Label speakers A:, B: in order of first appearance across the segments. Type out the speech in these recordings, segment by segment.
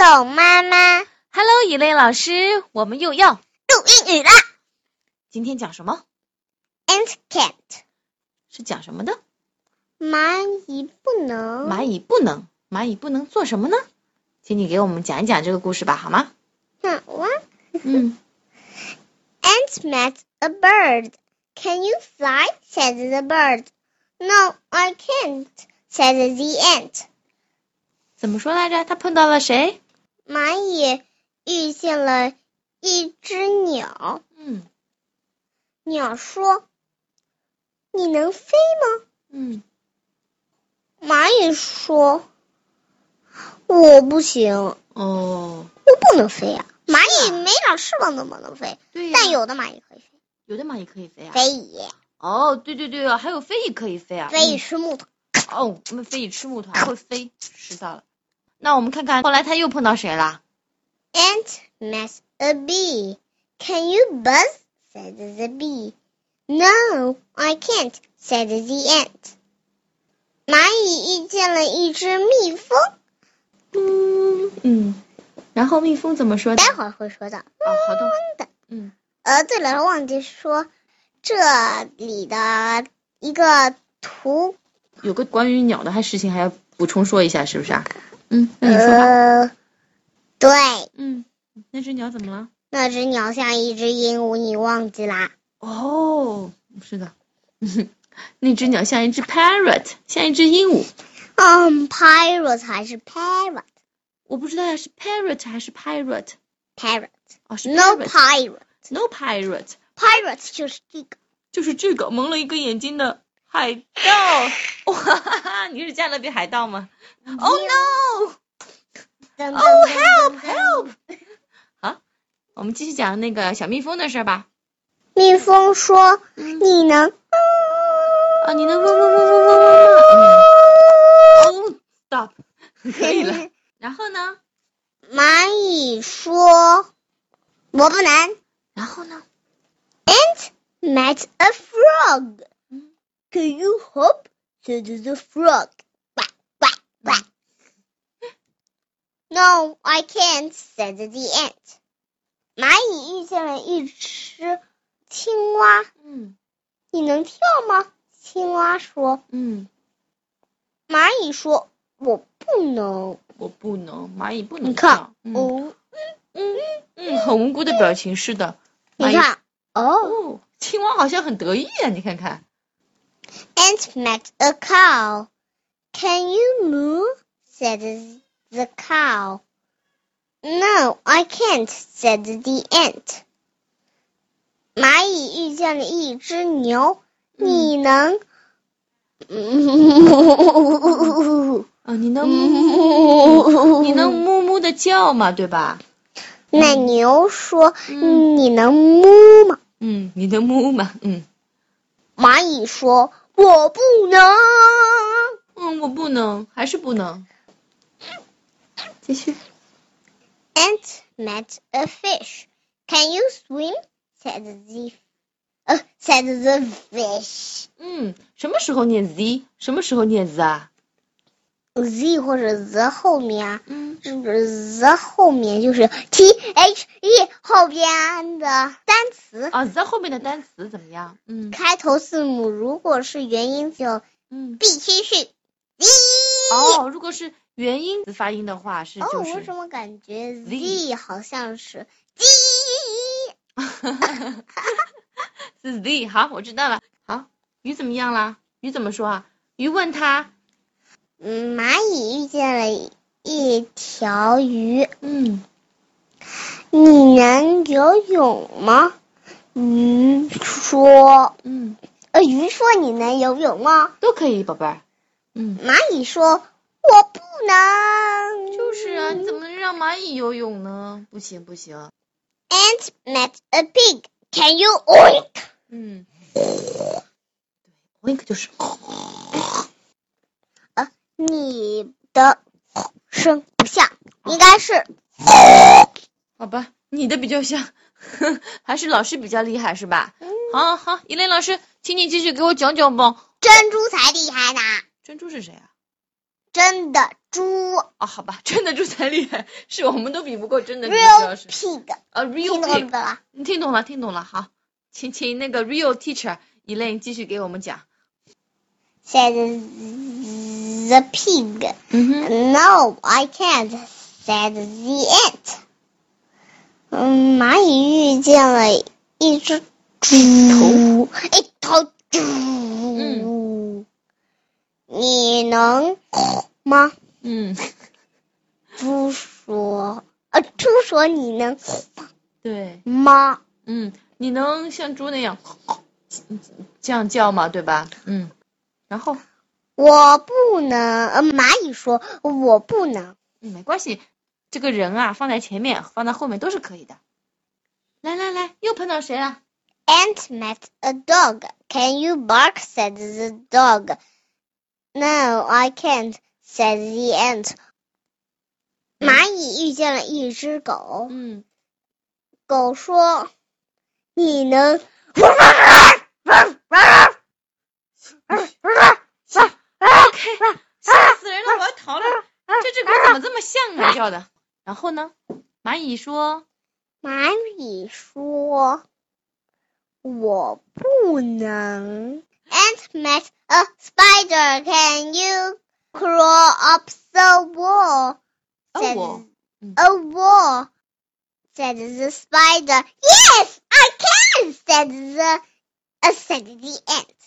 A: 豆妈妈
B: Hello，以类老师，我们又要
A: 录英语啦
B: 今天讲什么？
A: ，and can't。
B: 是讲什么的？
A: 蚂蚁不能。
B: 蚂蚁不能，蚂蚁不能做什么呢？请你给我们讲一讲这个故事吧，好吗？
A: 好啊。
B: 嗯
A: Ant met a bird. Can you fly? said the bird. No, I can't, said the ant.
B: 怎么说来着？他碰到了谁？
A: 蚂蚁遇见了一只鸟，
B: 嗯
A: 鸟说：“你能飞吗
B: 嗯，？”
A: 蚂蚁说：“我不行，我
B: 哦，
A: 不能飞啊。”蚂蚁没长翅膀怎么能飞？
B: 对呀、
A: 但有的蚂蚁可以飞。
B: 有的蚂蚁可以飞啊。
A: 飞蚁，
B: 哦，对对对啊，还有飞蚁可以飞啊。
A: 飞蚁吃木头。
B: 嗯哦，我们飞蚁吃木头还会飞，知道了。那我们看看后来他又碰到谁啦？
A: Ant met a bee. Can you buzz? said the bee. No, I can't, said the ant. 蚂蚁遇见了一只蜜蜂，
B: 嗯嗯，然后蜜蜂怎么说的？
A: 待会儿会说到。
B: 哦，好的，
A: 的。
B: 嗯
A: 呃，对了，忘记说这里的一个图，
B: 有个关于鸟的还事情还要补充说一下，是不是啊？嗯，那你说吧。
A: 呃，对，
B: 嗯，那只鸟怎么了？
A: 那只鸟像一只鹦鹉，你忘记啦？
B: 哦，是的，那只鸟像一只 parrot，像一只鹦鹉。
A: 嗯，pirate 还是 parrot？parrot
B: 我不知道呀，是 parrot 还是 pirate？哦，是
A: no
B: parrot。
A: pirate
B: No pirate，
A: pirate 就是这个。
B: 就是这个蒙了一个眼睛的海盗。哇哈哈，你是加勒比海盗吗？Oh no！
A: 噔噔
B: Oh,
A: 噔
B: help,
A: 噔
B: help！好，我们继续讲那个小蜜蜂的事儿吧。
A: 蜜蜂说：“
B: 嗯
A: 你能
B: 啊，你能嗡嗡嗡嗡嗡嗡嗡嗡。嗯。哦，stop，可以了。？”然后呢？
A: 蚂蚁说：“我不能。
B: 然后呢？”
A: Met a frog.
B: 嗯
A: Can you hop? said the frog. Quack, quack, quack. No, I can't, said the ant. 蚂蚁遇见了一只青蛙，
B: 嗯
A: 你能跳吗？青蛙说
B: 嗯，：“
A: 蚂蚁说，我不能。
B: 我不能，蚂蚁不能
A: 你看
B: 跳。”嗯
A: 哦，
B: 嗯，很无辜的表情，是的。蚂
A: 你
B: 蚁
A: 看，哦。
B: 哦，青蛙好像很得意啊，你看看。
A: Ant met a cow. Can you moo? said the cow. No, I can't, said the ant. 蚂蚁遇见了一只牛，你能？
B: 啊，你能
A: 嗯
B: 哞哞你能哞哞的叫嘛，对吧？
A: 那牛说：“
B: 嗯
A: 你能摸吗
B: 嗯，你能哞嘛？嗯？”
A: 蚂蚁说：“我不能。
B: 嗯，我不能，还是不能。继续。
A: Ant met a fish. Can you swim? said the uh, said the fish.
B: 嗯，什么时候念 z？什么时候念 z 啊？
A: z 或者 the 后面啊，
B: 嗯
A: 这个 the 后面就是 t h e 后边的单词，
B: 啊，z 后面的单词怎么样？嗯
A: 开头字母如果是元音就
B: 嗯。
A: 必须是 z。
B: 哦，如果是元音词发音的话，是
A: 哦，
B: 就
A: 我
B: 是
A: 怎。么感觉
B: Z
A: z 好像是 z？
B: 是 z。好，我知道了。好，鱼怎么样啦？鱼怎么说啊？鱼问他，
A: 嗯，蚂蚁遇见了一条鱼。
B: 嗯，
A: 你能游泳吗？鱼说
B: 嗯，：“
A: 呃，鱼说你能游泳吗
B: 都可以，宝贝儿。？”嗯，
A: 蚂蚁说：“我不能。”
B: 就是啊，你怎么能让蚂蚁游泳呢？不行不行。
A: Ant met a pig. Can you oink?
B: 嗯，对，oink 就是，
A: 你的声不像，应该是
B: 好吧，你的比较像， 还是老师比较厉害是吧？好好，一磊老师，请你继续给我讲讲吧。
A: 珍珠才厉害呢。
B: 珍珠是谁啊？
A: 真的猪
B: 哦，好吧， 真的猪才厉害，是我们都比不过真的猪，主要
A: real
B: 是
A: pig，
B: 呃，real
A: 听懂
B: pig，
A: 了啊吧？
B: 你听懂了，听懂了，好，请请那个 real teacher Elaine 继续给我们讲。
A: Said the pig.
B: 嗯哼，
A: No, I can't. Said the ant. 嗯，蚂蚁遇见了一只猪，一头猪。你能吗？
B: 嗯，
A: 猪说，呃，猪说你能
B: 对，
A: 吗？
B: 嗯，你能像猪那样这样叫吗？对吧？嗯，然后
A: 我不能。呃，蚂蚁说，我不能。
B: 嗯，没关系，这个人啊，放在前面，放在后面都是可以的。来来来，又碰到谁了？
A: Ant met a dog. Can you bark? said the dog. No, I can't, said the ant.
B: 嗯
A: 蚂蚁遇见了一只狗，
B: 嗯，
A: 狗说：“你能
B: 吓死人了，我要逃了！啊这只狗怎么这么像呢？叫的。然后呢，蚂蚁说，？”
A: 蚂蚁说：“我不能。” Ant met a spider. Can you crawl up the wall?
B: 哦
A: said
B: 我，嗯
A: a wall, said the spider. Yes, I can, said the, uh, said the ant.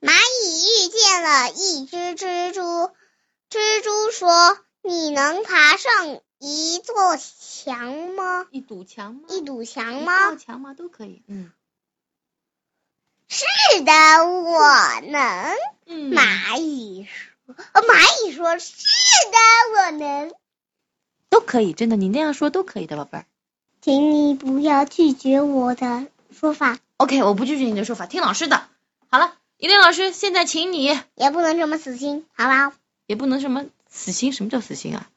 A: 蚂蚁遇见了一只蜘蛛，蜘蛛说：“你能爬上一座墙吗？
B: 一堵墙吗？
A: 一堵墙
B: 一
A: 吗
B: 道墙吗？都可以。嗯？”
A: 是的，我能。
B: 嗯，
A: 蚂蚁说：“呃蚂蚁说是的，我能。”
B: 都可以，真的，你那样说都可以的，宝贝儿。
A: 请你不要拒绝我的说法。
B: OK，我不拒绝你的说法，听老师的。好了，一林老师，现在请你，
A: 也不能这么死心，好吧？
B: 也不能什么死心，什么叫死心啊？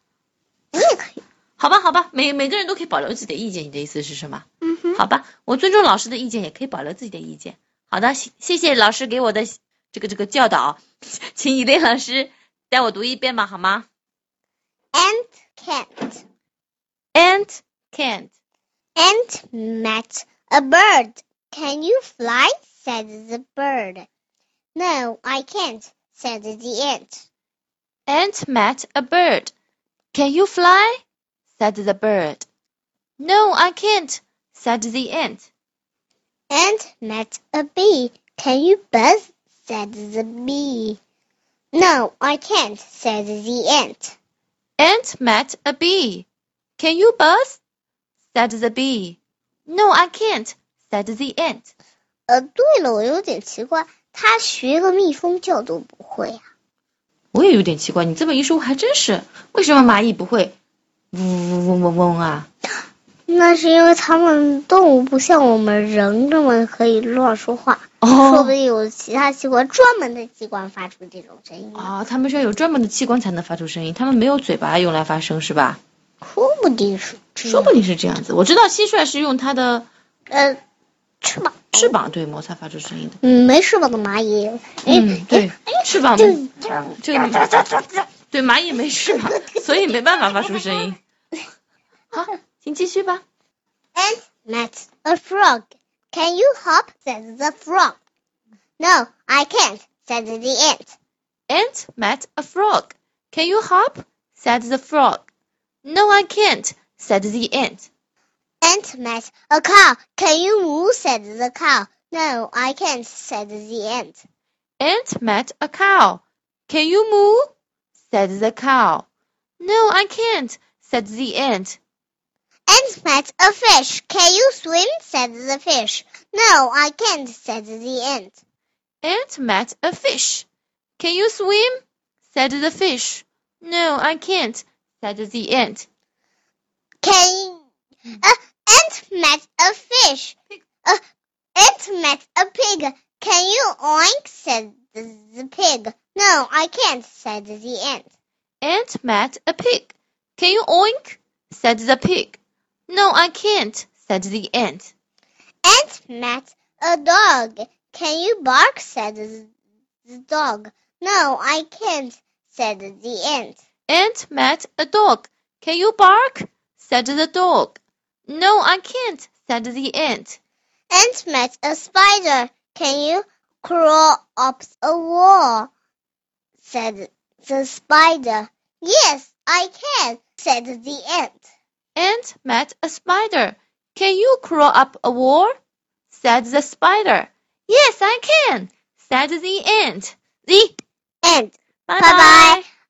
A: 你也可以，
B: 好吧，好吧，每每个人都可以保留自己的意见，你的意思是什么？
A: 嗯哼，
B: 好吧，我尊重老师的意见，也可以保留自己的意见。好的，谢谢谢老师给我的这个这个教导， 请以林老师带我读一遍吧，好吗
A: Ant can't.
B: ？Ant can't.
A: Ant met a bird. Can you fly? said the bird. No, I can't, said the ant.
B: Ant met a bird. Can you fly? said the bird. No, I can't, said the ant.
A: Ant met a bee. Can you buzz? said the bee. No, I can't, said the ant.
B: Ant met a bee. Can you buzz? said the bee. No, I can't, said the ant.
A: 呃，对了，我有点奇怪，他学个蜜蜂叫都不会啊。
B: 我也有点奇怪，你这么一说，我还真是，为什么蚂蚁不会嗡嗡嗡嗡嗡啊？
A: 那是因为它们动物不像我们人这么可以乱说话，说不
B: 哦，
A: 定有其他器官专门的器官发出这种声音呢，
B: 啊，它们是要有专门的器官才能发出声音，它们没有嘴巴用来发声是吧？
A: 说不定是这样
B: 说不定是这样子。我知道蟋蟀是用它的
A: 呃翅膀
B: 翅膀对摩擦发出声音的。
A: 嗯没翅膀的蚂蚁，哎
B: 嗯，对，翅膀
A: 这
B: 这个对蚂蚁没翅 膀，所以没办法发出声音。好，请继续吧。
A: Ant met a frog. Can you hop? said the frog. No, I can't, said the ant.
B: Ant met a frog. Can you hop? said the frog. No, I can't, said the ant.
A: Ant met a cow. Can you moo? said the cow. No, I can't, said the ant.
B: Ant met a cow. Can you moo? said the cow. No, I can't, said the ant.
A: Ant met a fish. Can you swim? said the fish. No, I can't, said the ant.
B: Ant met a fish. Can you swim? said the fish. No, I can't, said the ant.
A: Can uh, ant met a fish. Uh, ant met a pig. Can you oink? said the, the pig. No, I can't, said the ant.
B: Ant met a pig. Can you oink? said the pig. No, I can't, said the ant.
A: Ant met a dog. Can you bark? said the the dog. No, I can't, said the ant.
B: Ant met a dog. Can you bark? said the dog. No, I can't, said the ant.
A: Ant met a spider. Can you crawl up a wall? said the spider. Yes, I can, said the ant.
B: Ant met a spider. Can you crawl up a wall? said the spider. Yes, I can, said the ant. The
A: And
B: bye
A: Bye-bye.